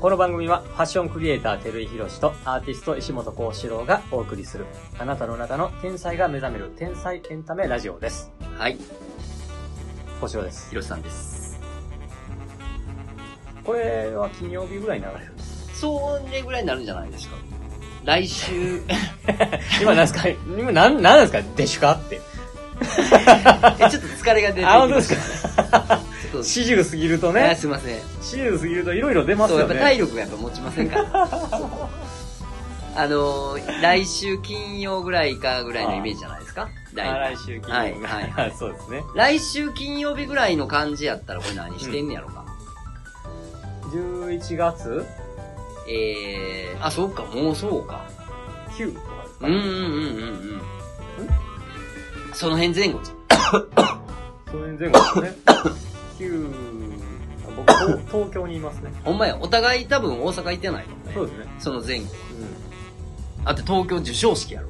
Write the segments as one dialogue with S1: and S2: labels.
S1: この番組はファッションクリエイター照井宏とアーティスト石本幸四郎がお送りするあなたの中の天才が目覚める天才エンタメラジオです。
S2: はい、
S1: 幸四郎です
S2: ひ。ろしさんです。
S1: これは金曜日ぐらいに流れるんです。
S2: それぐらいになるんじゃないですか。来週、え、
S1: 今なんすか今なん、なんですかデシュカって。
S2: ちょっと疲れが出てき
S1: あ、
S2: ま
S1: 本当です
S2: し
S1: か
S2: た。ちょ
S1: 四十過ぎると
S2: っと、ね、
S1: ね、
S2: すいません。
S1: 四十過ぎるといろいろ出ます
S2: そう、や
S1: よ
S2: っぱ体
S1: ね。
S2: 力がやっぱ持ちませんから。あのー、来週金曜ぐらいかぐらいのイメージじゃないですか。大
S1: あ
S2: 体
S1: 来週金曜日。
S2: はいは
S1: そうですね。
S2: 来週金曜日ぐらいの感じやったらこれ何してんねやろか。
S1: 11月
S2: えー、あ、そっか、もうそうか。
S1: 9とかですか
S2: うんうんうんうんうん。その辺前後
S1: それ前後ですね。9、あ僕東、東京にいますね。
S2: ほんまや、お互い多分大阪行ってないもんね。
S1: そうですね。
S2: その前
S1: う
S2: 後。
S1: ん。
S2: あって東京受賞式やろ。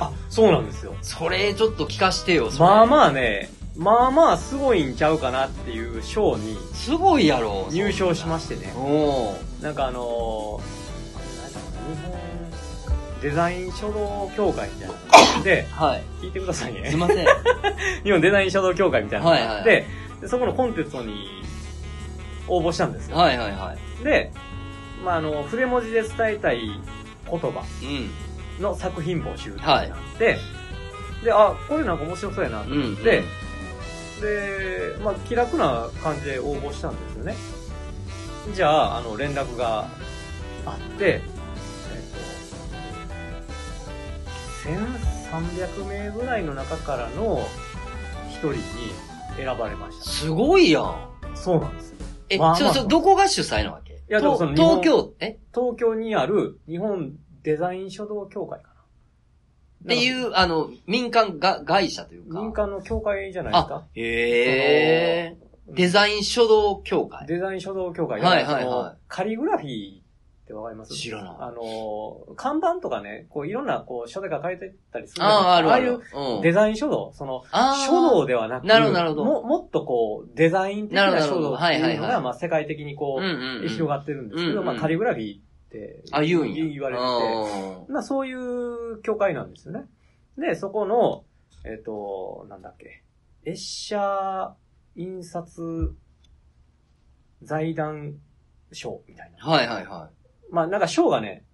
S1: あ、そうなんですよ。
S2: それちょっと聞かしてよ、それ
S1: まあまあね、まあまあすごいんちゃうかなっていう賞に
S2: すごいやろ。
S1: 入賞しま
S2: し
S1: してね。
S2: おー、
S1: なんかあのー、日本デザイン書道協会みたいなので
S2: はい。
S1: 聞いてくださいね
S2: すい。ません。
S1: 日本デザイン書道協会みたいなのがあって、
S2: はい
S1: でそこのコンテストに応募したんですよ。
S2: はいはいは
S1: で、まあ、あの、筆文字で伝えたい言葉
S2: い。うん。
S1: の作品募集ってなって、で、あ、こういうなんか面白そうやなと
S2: う
S1: 思っ
S2: ん。
S1: て、で、まあ、気楽な感じで応募したんですよね。じゃあ、あの、連絡があって、えっと、1300名ぐらいの中からの一人に選ばれまし
S2: すごいやん。
S1: た。そうなんですよ。
S2: え、
S1: まあまあ
S2: ちょ、ちょ、どこが主催なわけい
S1: やでもその日本
S2: 東京、え
S1: 東京にある日本デザイン書道協会か
S2: っ
S1: な。
S2: ていう、あの、民間が、会社というか。
S1: 民間の協会じゃないです
S2: あ
S1: か。、
S2: へえ。デザイン書道協会。
S1: デザイン書道協会
S2: はいはいはい
S1: あのカリグラフィーってわかります
S2: 知らない
S1: あの、看板とかね、こういろんなこう書で書かれてたりする
S2: ああ、あるあ
S1: いう
S2: る。うん
S1: デザイン書道、その、
S2: あー
S1: 書道ではなく、
S2: なるほどなるほど
S1: ももっとこう、デザイン的な書道って
S2: なるほどなる
S1: いう
S2: ほ
S1: の
S2: どはいはいは
S1: が、
S2: い
S1: まあ世界的にこ
S2: うん
S1: う、
S2: うんうん。
S1: 広がってるんですけ
S2: うんう
S1: ど、
S2: ん
S1: まあカリグラフィーって、
S2: あ、言うんや。
S1: 言われてて、
S2: て。
S1: まあそういう教会なんですよね。で、そこの、えっ、と、なんだっけ、エッシャー印刷財団賞みたいな。
S2: はいはいはい。は
S1: まあなんか賞がね、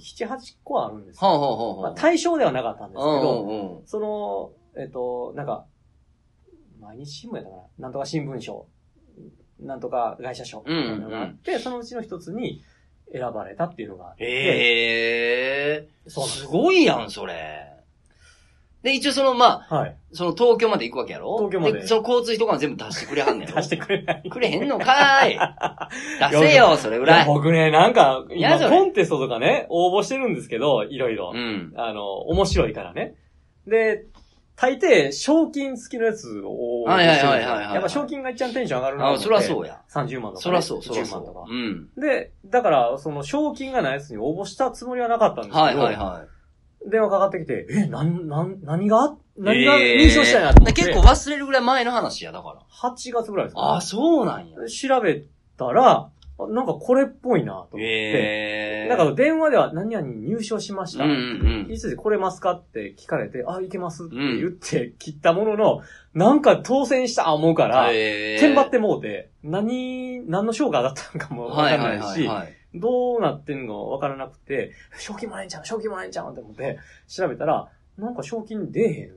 S1: 7、8個あるんです
S2: あは
S1: よ。
S2: あはあ
S1: まあ
S2: はあ。
S1: 対象ではなかったんですけ
S2: うん
S1: ど、
S2: うんうん。
S1: その、えっ、と、なんか、毎日新聞やったかななんとか新聞賞、なんとか外社賞みたいなのがあって、そのうちの一つに選ばれたっていうのがあって、
S2: ええ
S1: そうなんです
S2: すごいやん、それ。で、一応その、まあ、
S1: はい。
S2: その東京まで行くわけやろ
S1: 東京まで
S2: その交通費とかも全部出してくれはんねやろ
S1: 出してくれない。
S2: くれへんのか ーい出せよ、それぐら
S1: いや
S2: い。
S1: 僕ね、なんか、
S2: や
S1: 今
S2: それ
S1: コンテストとかね、応募してるんですけど、いろいろ
S2: う。ん。
S1: あの、面白いからね。で、大抵、賞金付きのやつを応募してるん
S2: は
S1: で
S2: い
S1: す
S2: はい
S1: よ。
S2: はいはい
S1: やっぱ賞金が一番テンション上がるなと思
S2: あ、
S1: って。
S2: そらそうや。
S1: 30万とかね、
S2: そらそう、そら
S1: 10
S2: そ
S1: 万とか
S2: う。。うん。
S1: で、だから、その、賞金がないやつに応募したつもりはなかったんですけど、
S2: はいはいはい。
S1: 電話かかってきて、え、なん、なん、何が何が認証したいなと思って、
S2: えー結構忘れるぐらい前の話や、だから。
S1: 8月ぐらいですか、
S2: あ、そうなんや。
S1: 調べたら、あなんかこれっぽいなと思って、
S2: ええ
S1: だから電話では何々入賞しました。
S2: うんうんうん。
S1: いつで来れますかって聞かれて、あ、いけますって言って切ったものの、なんか当選した思うから、
S2: え
S1: テンパってもうて、何、何の賞が上がったんかもわ
S2: は
S1: か
S2: い
S1: ん
S2: は
S1: ないい
S2: はい
S1: し、
S2: はい。
S1: どうなってんのわからなくて、賞金もらえんちゃう賞金もらえんちゃうって思って、調べたら、なんか賞金出えへん。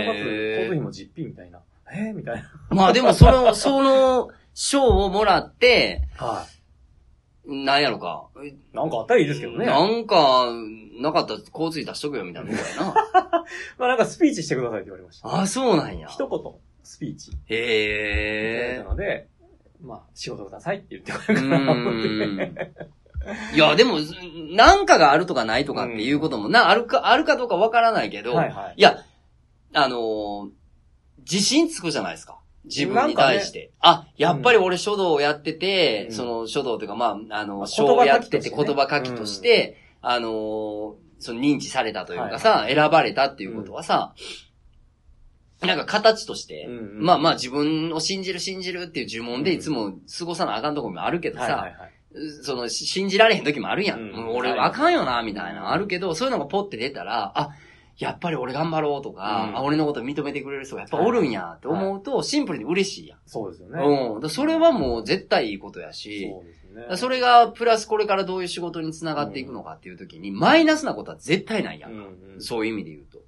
S2: え
S1: なおかつ、
S2: え
S1: 交通費も実費みたいな。えーみたいな。
S2: まあでも、その、 その、賞をもらって、
S1: は
S2: なんやろか。
S1: い。なんかあったらいいですけどね。
S2: なんか、なかったら交通費出しとくよみたいなことやな。
S1: まあなんかスピーチしてくださいって言われました。
S2: あ、そうなん や。
S1: 一言、スピーチ。
S2: へえ
S1: な。ので、まあ、仕事くださいって言ってくれ
S2: う
S1: るかなと思って。
S2: ん。いや、でも、なんかがあるとかないとかっていうことも、な、あるか、あるかどうかわからないけど、
S1: はいはい。
S2: いや、あのー自信つくじゃないですか。自分に対して。あ、やっぱり俺書道をやってて、
S1: うん
S2: その書道というか、まあ、あ
S1: まあ
S2: の、
S1: 言
S2: 書
S1: 葉
S2: をや
S1: 書
S2: っ
S1: きとし
S2: て
S1: て
S2: て
S1: ね
S2: 言葉書きとして、あのーその認知されたというかさ、選ばれたっていうことはさ、なんか形として、
S1: うんうん
S2: まあまあ自分を信じる信じるっていう呪文でいつも過ごさなあかんところもあるけどさ、
S1: はいはいはい。
S2: その、し信じられへん時もあるやん。
S1: うん
S2: もう俺、
S1: はい
S2: あかんよな、みたいな、あるけど、そういうのがポッて出たら、あ、やっぱり俺頑張ろうとか、
S1: うん
S2: あ俺のこと認めてくれる人がやっぱおるんや、って思うと、シンプルに嬉しいやん。
S1: そうですよね。
S2: うん。だからそれはもう絶対いいことやし、
S1: そうです
S2: だ
S1: ね。
S2: からそれが、プラスこれからどういう仕事につながっていくのかっていう時に、マイナスなことは絶対ないや。
S1: うんんうん、
S2: そういう意味で言うと。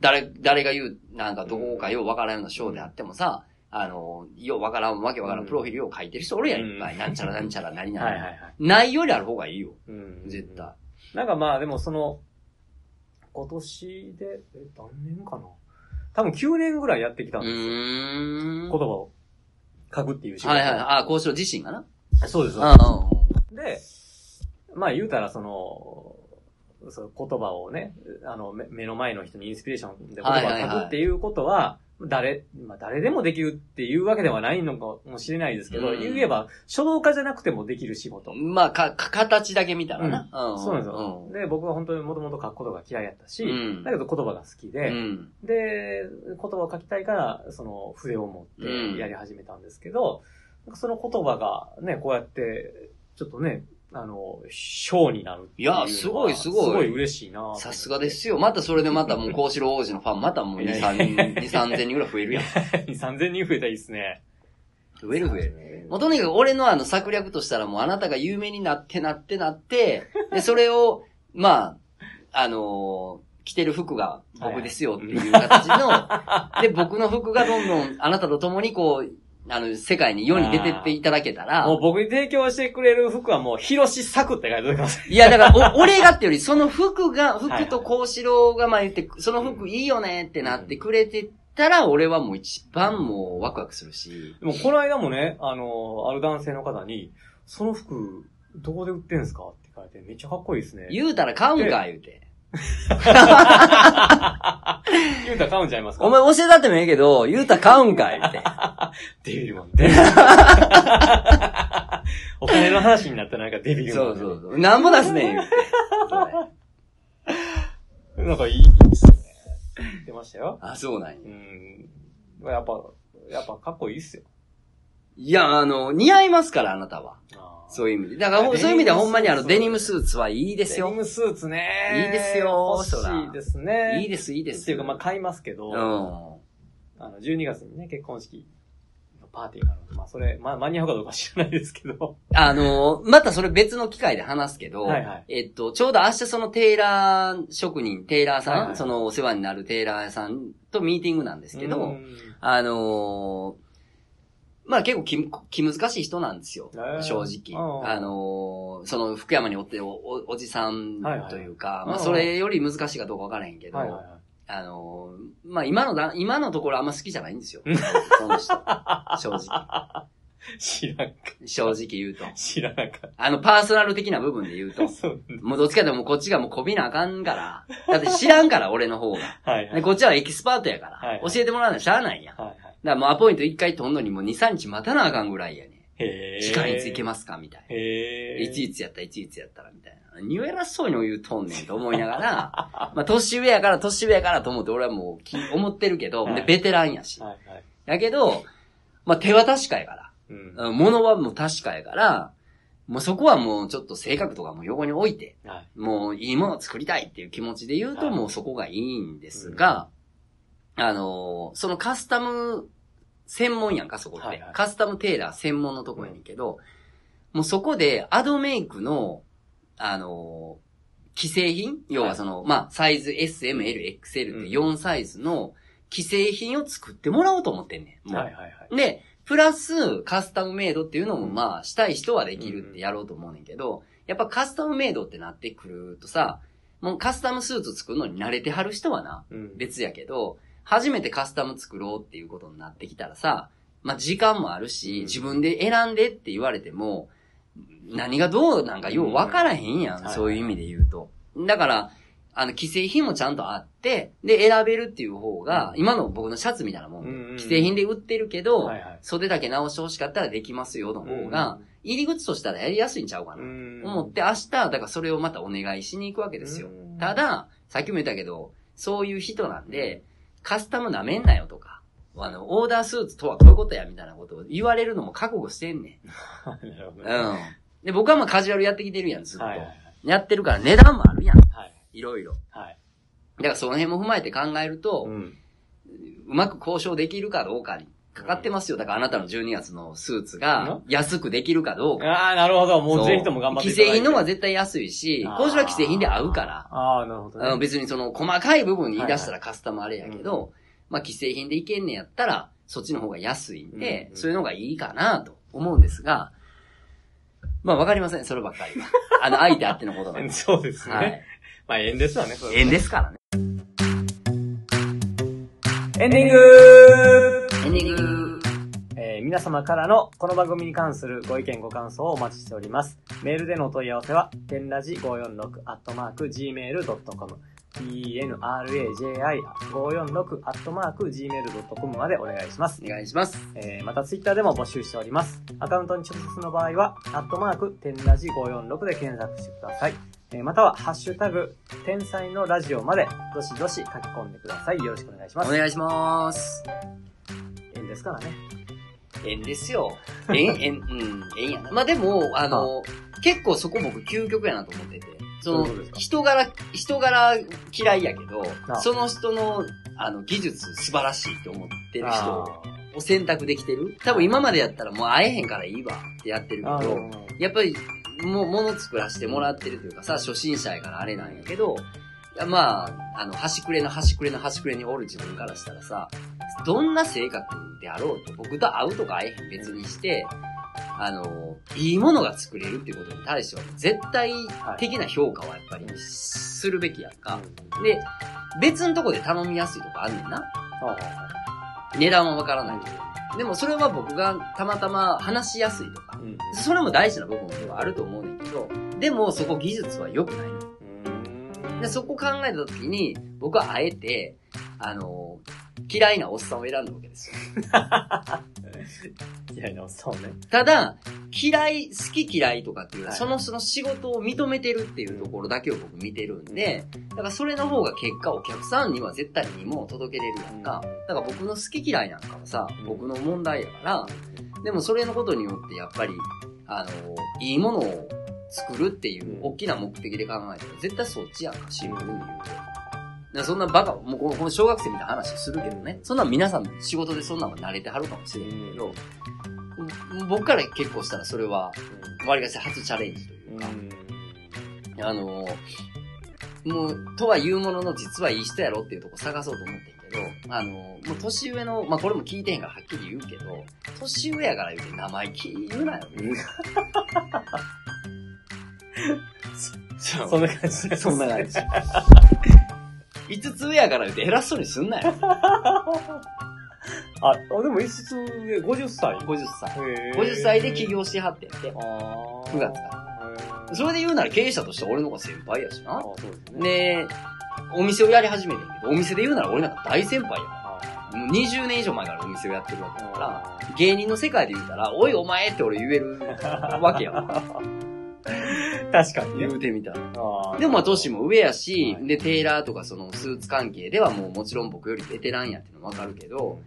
S2: 誰、誰が言う、なんかどこかようわからんような章であってもさ、あの、ようわからんわけわからん
S1: うん
S2: プロフィールを書いてる人おるやん、
S1: うん
S2: いっぱい。なんちゃらなんちゃら何々。
S1: はいはいはい。
S2: ないよりある方がいいよ。
S1: うん
S2: 絶対。。
S1: なんかまあでもその、今年で、え、何年かな多分9年ぐらいやってきた
S2: うん
S1: ですよ。
S2: ーん。
S1: 言葉
S2: はい
S1: を書くっていう仕事。
S2: はいはい。あ、交渉自身がな。
S1: そうです。
S2: ああ
S1: で、まあ言うたらその、その言葉をね、あの、め目の前の人にインスピレーションで言
S2: はいはい
S1: 葉
S2: は
S1: を
S2: い
S1: 書くっていうことは、誰、まあ誰でもできるっていうわけではないのかもしれないですけど、
S2: うん
S1: 言えば書道家じゃなくてもできる仕事。
S2: まあ、か、か形だけ見たらな。うん
S1: そうなんですよ。で、僕は本当にもともと書くことが嫌いやったし、
S2: うん
S1: だけど言葉が好きで、
S2: うん。
S1: で、言葉を書きたいから、その筆を持ってやり始めたんですけど、なんかその言葉がね、こうやって、ちょっとね、あの、賞になるっていうのはい
S2: やすごいすごい
S1: すごい嬉しいな
S2: さすが で。すよ。またそれでまたもう、幸四郎王子のファン、またもう2、3、2、3000人ぐらい増えるやん。
S1: 3000人増えたらいいですね。
S2: 増える増える。
S1: る
S2: もうとにかく俺のあの策略としたらもうあなたが有名になってなってなって、で、それを、まあ、あのー着てる服が僕ですよっていう形の、 で、僕の服がどんどんあなたと共にこう、あの、世界に世に出てっていただけたら
S1: も、う僕に提供してくれる服はもう、広し作って書いておきます。
S2: いや、だから、お、俺がってより、その服
S1: い
S2: が、
S1: はい
S2: 服と幸四郎がまあ言って、その服いいよねってなってくれてたら、俺はもう一番もうワクワクするし、
S1: でもこの間もね、あの、ある男性の方に、その服、どこで売ってんすかって書いて、めっちゃかっこいいですね。
S2: 言うたら買うんか、言うて。
S1: 言うたら買うんちゃいますか
S2: お前教えたってもええけど、言うたら買うんか、言うて。
S1: デビルマン。デビルマン。 お金の話になったらなんかデビルマ
S2: そ
S1: ン。
S2: うそうそう。なんぼ出すねん、言うて。
S1: う。なんかいい、いいっすね。言ってましたよ。
S2: あ、そうなんや。
S1: うん。やっぱ、やっぱかっこいいっすよ。
S2: いや、あの、似合いますから、あなたは。
S1: う
S2: そういう意味で。だから、ほ
S1: いや
S2: そういう意味ではほんまにあの、デ
S1: デ
S2: ニ
S1: ニ
S2: ム
S1: ム
S2: スーツはいいで
S1: ですすよ。デニ
S2: よ。
S1: ムスーツね。
S2: いいですよ
S1: 欲しいですね。
S2: いい
S1: で
S2: です、いいです。
S1: っていうか、まあ買いますけど、
S2: うん。
S1: あの、12月にね、結婚式のパーティーがあるのでまあそれ、まあ間に合うかどうか知らないですけど。
S2: あのーまたそれ別の機会で話すけど、
S1: はいはい
S2: えっと、ちょうど明日そのテイラー職人、テイラーさん、
S1: はいはい
S2: そのお世話になるテイラーさんとミーティングなんですけど、
S1: うん
S2: あのーまあ結構気、気難しい人なんですよ。
S1: へー
S2: 正直。
S1: うん
S2: あのーその福山におっておおおじさん
S1: はいはい
S2: というか、
S1: うん
S2: まあそれより難しいかどうかわからへんけど、
S1: はいはいはい。
S2: あのーまあ今のだ、今のところあんま好きじゃないんですよ。その人。正直。
S1: 知らん、
S2: 正直言うと。
S1: 知らなかっ
S2: あの、パーソナル的な部分で言うと
S1: た。。そうね
S2: もうどっちかでもうこっちがもうこびなあかんから。だって知らんから、俺の方が。
S1: はいは
S2: で
S1: い。
S2: こっちはエキスパートやから。
S1: はいはい
S2: 教えてもらわないとしゃあないやん。だか
S1: はいはい。
S2: らもうアポイント1回取んのにもう2、3日待たなあかんぐらいやね。
S1: へー
S2: 時間いつ行けますかみたいな。
S1: へえ。
S2: いついつやったらいついつやったらみたいな。に偉そうに言うとんねんと思いながら、 まあ年上やから年上やからと思って俺はもうき思ってるけど、
S1: は
S2: で、
S1: い
S2: ベテランやし。
S1: はいはい。
S2: やけど、まあ手は確かやから。
S1: うん。
S2: うん物はもう確かやから、もうそこはもうちょっと性格とかも横に置いて、
S1: はい。
S2: もういいものを作りたいっていう気持ちで言うと
S1: はい
S2: もうそこがいいんですが、あのー、そのカスタム専門やんか、そこって。
S1: はいはい
S2: カスタムテーラー専門のとこやねんけど、もうそこでアドメイクの、あのー、既製品要はその、まあ、サイズ SML、XL って4サイズの既製品を作ってもらおうと思ってんねん。もう
S1: はいはいはい。
S2: で、プラスカスタムメイドっていうの
S1: う
S2: も
S1: ん
S2: まあ、したい人はできるっ
S1: うん
S2: てやろうと思うねんけど、やっぱカスタムメイドってなってくるとさ、もうカスタムスーツ作るのに慣れてはる人はな、
S1: うん。
S2: 別やけど、初めてカスタム作ろうっていうことになってきたらさ、まあ時間もある
S1: う
S2: し
S1: ん、
S2: 自分で選んでって言われても、何がどうなんかよう分からへんや
S1: うん
S2: ん、
S1: はい
S2: そういう意味で言うと。だから、あの、既製品もちゃんとあって、で、選べるっていう方が、
S1: うん
S2: 今の僕のシャツみたいなもんで、
S1: うんうん
S2: 既製品で売ってるけど、
S1: はいはい。
S2: 袖だけ直してほしかったらできますよの方が、、入り口としたらやりやすいんちゃうか
S1: う
S2: な。
S1: ん。
S2: 思って明日、だからそれをまたお願いしに行くわけですよ。
S1: うん
S2: た、だ、さっきも言ったけど、そういう人なんで、カスタムなめんなよとか、あの、オーダースーツとはこういうことやみたいなことを言われるのも覚悟してんね
S1: なるほどね
S2: ん。うん。だで、僕はまあカジュアルやってきてるやん、ずっと。
S1: はいはい
S2: やってるから値段もあるやん。
S1: はい。
S2: いろいろ。
S1: はい。
S2: だからその辺も踏まえて考えると
S1: う、ん。
S2: うまく交渉できるかどうかにかかってますよ。だからあなたの12月のスーツが安くできるかどうか。
S1: ああ、なるほど。もうぜひとも頑張っていただい
S2: 既製
S1: て。
S2: 品の方が絶対安いし、
S1: あー
S2: 交渉は既製品で合うから。
S1: ああ、なるほど、
S2: あの
S1: ね。
S2: 別にその細かい部分に言い出したらカスタムあれやけど、まあ既製品でいけんねやったら、そっちの方が安いんで、
S1: うんうん
S2: そういうのがいいかなと思うんですが、まあわかりません、そればっか りは。あの、相手あってのことなんで。
S1: そうですね。
S2: はい。
S1: まあ、縁ですわね、それ
S2: 縁ですからね。
S1: エンディング
S2: エンディング。
S1: えー皆様からのこの番組に関するご意見ご感想をお待ちしております。メールでのお問い合わせは、てんらじ546アットマーク gmail.com、enraji546 アットマーク gmail.com までお願いします。
S2: お願いします。
S1: えーまたツイッターでも募集しております。アカウントに直接の場合は、アットマーク、天ラジ546で検索してください。えーまたは、ハッシュタグ、天才のラジオまで、どしどし書き込んでください。よろしくお願いしま
S2: お
S1: す。
S2: 願いします。
S1: 縁ですからね。
S2: 縁ですよ。縁、縁、うん、縁やな。まあ、でも、あの、結構そこ僕究極やなと思ってて。そ
S1: どういうこ
S2: の
S1: とです、か
S2: 人柄、人柄嫌いやけど
S1: あ、
S2: その人の、あの、技術素晴らしいって思ってる人を選択できてる多分今までやったらもう会えへんからいいわってやってるけ
S1: あー
S2: ど、やっぱり、もう、もの作らせてもらってるというかさ、初心者やからあれなんやけど、いやまあ、あの、端くれの端くれの端くれにおる自分からしたらさ、どんな性格であろうと、僕と会うとか会えへん別にして、あの、いいものが作れるっていうことに対しては、絶対的な評価はやっぱりするべきやんか。で、別のとこで頼みやすいとこあんねんな。
S1: あ
S2: 値段はわからないけど。でもそれは僕がたまたま話しやすいとか
S1: ー、うんうん
S2: それも大事な部分ではあると思うねんだけど、でもそこ技術は良くないの。で、そこ考えた時に、僕はあえて、あの嫌いなおっさんを選んだわけですよ。
S1: いやいや、そうね。
S2: ただ、嫌い、好き嫌いとかっていうのは、
S1: はい
S2: その人の仕事を認めてるっていうところだけを僕見てるんで、だからそれの方が結果お客さんには絶対にも届けれるやんか。だから僕の好き嫌いなんかはさ
S1: う、ん
S2: 僕の問題やから、でもそれのことによってやっぱり、あの、いいものを作るっていう
S1: うん
S2: 大きな目的で考えたら絶対そっちやんか、シンプルに言うと。だからそんなバカ、もうこのこの小学生みたいな話するけどね。そんなん皆さん仕事でそんなんは慣れてはるかもしれんけど、僕から結構したらそれは、割りかし初チャレンジというか、あの、もう、とは言うものの、実はいい人やろっていうとこ探そうと思ってんけど、あの、もう年上の、まあ、これも聞いてへんからはっきり言うけど、年上やから言うて生意気言うなよ。そ
S1: そんな感じで
S2: う そんな感じ。5つ上やから言うて偉そうにすんなよ。
S1: あ、 あでも一つ上、50歳。
S2: 50歳。
S1: へー
S2: 50歳で起。業してはってんて。
S1: あー
S2: 9月
S1: へー
S2: それで言うなら経営者として俺の方が先輩やしな
S1: あ。そうですね。
S2: で、お店をやり始めてんけど、お店で言うなら俺なんか大先輩やか
S1: あ
S2: ら。もう20年以上前からお店をやってるわけだから、
S1: ー
S2: 芸人の世界で言うたら、おいお前って俺言え るわけやわ
S1: 確かにね
S2: 言。うてみたら。
S1: あー
S2: でもまあ年も上やし
S1: は、い
S2: で、テーラーとかそのスーツ関係ではもうもちろん僕よりベテランやってのわかるけど、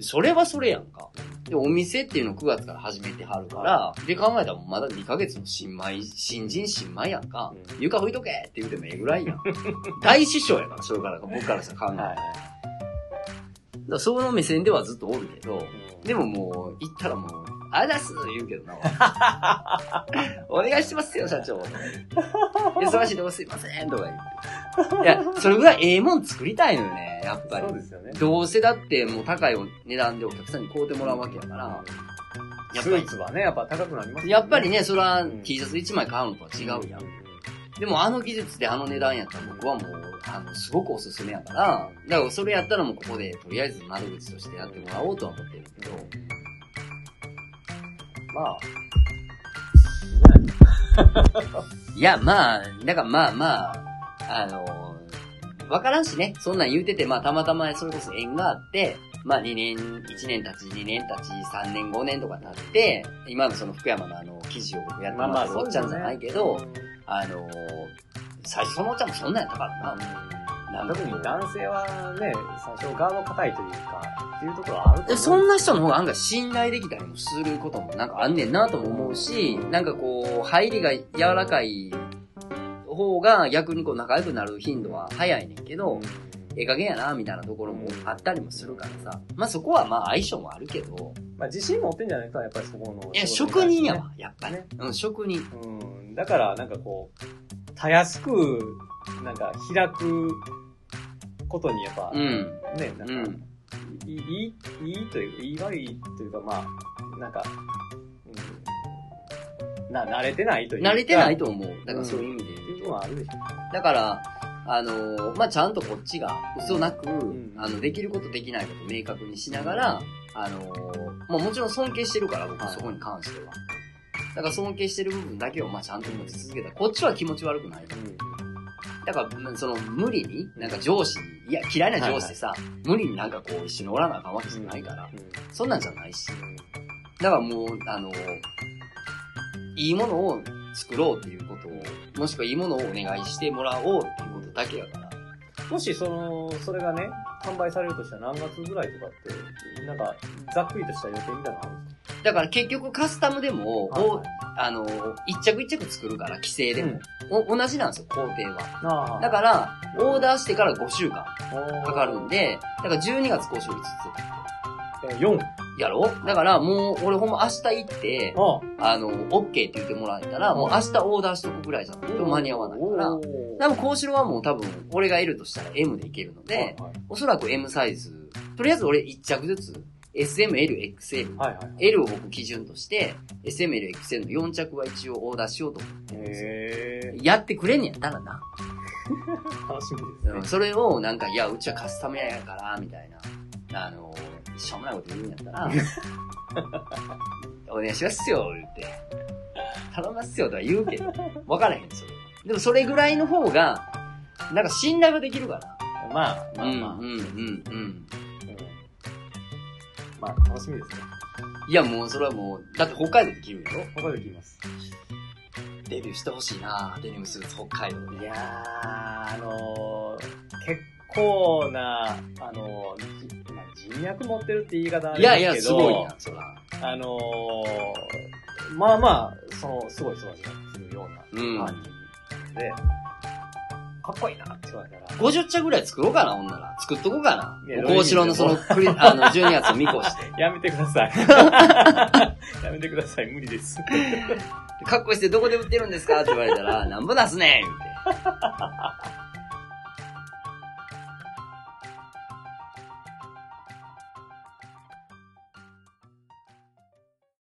S2: それはそれやんか。で、お店っていうのを9月から始めてはるから、で考えたらもうまだ2ヶ月の新米、新人新米やんか。
S1: うん
S2: 床拭いとけって言うてもええぐらいやん。 大師匠やから、それから僕からしたら考えたら。
S1: はい
S2: だからその目線ではずっとおるけど、
S1: うん
S2: でももう、行ったらもう、あだす言うけどな。 お願いしますよ、社長。忙しいとこすいません、とか言って。いや、それぐらいええもん作りたいのよね、やっぱり
S1: そう。ですよね。
S2: どうせだってもう高い値段でお客さんに買うてもらうわけやから、やっ
S1: ス
S2: ぱ
S1: ーツはね、やっぱ高くなります
S2: り、
S1: ね
S2: やっぱり、ね、そら
S1: うん
S2: T シャツ1枚買うのとは違うやん。でもあの技術であの値段やったら僕はもう、あの、すごくおすすめやから、だからそれやったらもうここでとりあえず窓口としてやってもらおうとは思ってるけど、
S1: まあ、
S2: いや、まあ、だからまあまあ、あのわからんしね、そんなん言うてて、まあたまたまそれこそ縁があって、まあ2年、1年経ち、2年経ち、3年、5年とか経って、今のその福山のあの、記事を僕やってもらっておっちゃんじゃないけど、あの最初そのおっちゃんもそんなんやったからな。
S1: 特に男性はね、最初側の硬いというか、っていうところはあると思う
S2: でそんな人の方が案外信頼できたりもすることもなんかあんねんなとも思うし、なんかこう、入りが柔らかい方が逆にこう仲良くなる頻度は早いねんけど、ええ加減やな、みたいなところもあったりもするからさ。まあそこはまあ相性もあるけど、
S1: まあ自信持ってんじゃないとやっぱりそこの。
S2: いや、職人や
S1: わ
S2: わ、やっぱり
S1: ね。
S2: うん、職人。
S1: うん。だから、なんかこう、たやすく、なんか開くことにやっぱ、
S2: うん、
S1: ね、な
S2: うん
S1: か、
S2: ん。
S1: いい、いいいいというか、いい悪いというか、まあ、なんか、うん、な、慣れてないというか。
S2: 慣れてない
S1: っ
S2: と思う。だからそういう意味
S1: て
S2: で言
S1: いうう
S2: と
S1: のはあるでしょ。
S2: だから、あのーまあ、ちゃんとこっちが嘘なく、
S1: ん
S2: あの、できることできないこと明確にしながら、あのーまあ、もちろん尊敬してるから、僕
S1: はい
S2: そこに関しては。だから尊敬してる部分だけを、まあ、ちゃんと持ち続けたら、こっちは気持ち悪くない。だから、まその、無理に、なんか上司に、いや、嫌いな上司でさ、無理になんかこう、一緒におらなあかんわけじゃないから、
S1: うん。
S2: そんなんじゃないし。だからもう、あの、いいものを作ろうっていうことを、もしくはいいものをお願いしてもらおうっていうことだけやから。
S1: もし、その、それがね、販売されるとしたら何月ぐらいとかって、なんか、ざっくりとした予定みたいなのあるんです
S2: だから結局カスタムでも、
S1: か
S2: おあの、一着一着作るから、規制でも、お同じなんですよ、工程は。
S1: なあ。
S2: だから、オーダーしてから5週間
S1: ら
S2: かかるんで、だから12月交渉5
S1: え、4。
S2: つやろだからもう、俺ほんま明日行って、
S1: あ
S2: あの、OK って言ってもらえたら、もう明日オーダーしとくぐらいじゃないと間に合わないから、
S1: おー
S2: 多分、幸四郎はもう多分、俺が L としたら M でいけるので、
S1: はい
S2: おそらく M サイズ、とりあえず俺1着ずつ、SM、L、XL。
S1: はいはいはい。
S2: L を僕基準として、SM、L、XL の4着は一応オーダーしようと思ってるんですよ。
S1: へえ。
S2: やってくれんねやったらな。
S1: 楽しみです
S2: う
S1: ね
S2: ん。それをなんか、いや、うちはカスタム屋やから、みたいな。あの、しょうもないこと言うんやったら、 お願いしますよ、言って。頼みますよとは言うけど、わからへん、それは。でもそれぐらいの方が、なんか信頼ができるから。
S1: まあ、まあまあ。
S2: うんうんうんうん。
S1: うんまあ、楽しみですね。
S2: いやもうそれはもう、だって北海道で着るやろ
S1: 他で聞きます。
S2: デビューしてほしいなデニムスーツ北海道で。
S1: いやー、あのー、結構な、あのー、じまあ人脈持ってるって言い方あ
S2: い
S1: れ
S2: やい
S1: で
S2: や、
S1: すけ
S2: す
S1: ど、
S2: ごいやん、そら。
S1: あのー、まあまあ、その、すごい育ちがするよう
S2: うん
S1: な。感じで、かっこいいなって言われたら、
S2: 50着ぐらい作ろうかな、ほんなら。作っとこうかな。
S1: いや
S2: 大城のその、クリあの、12月を見越して。
S1: やめてくだ さい。やめてください、無理です。
S2: かっこいいしてどこで売ってるんですかって言われたら、なんぼ出すねん言うて。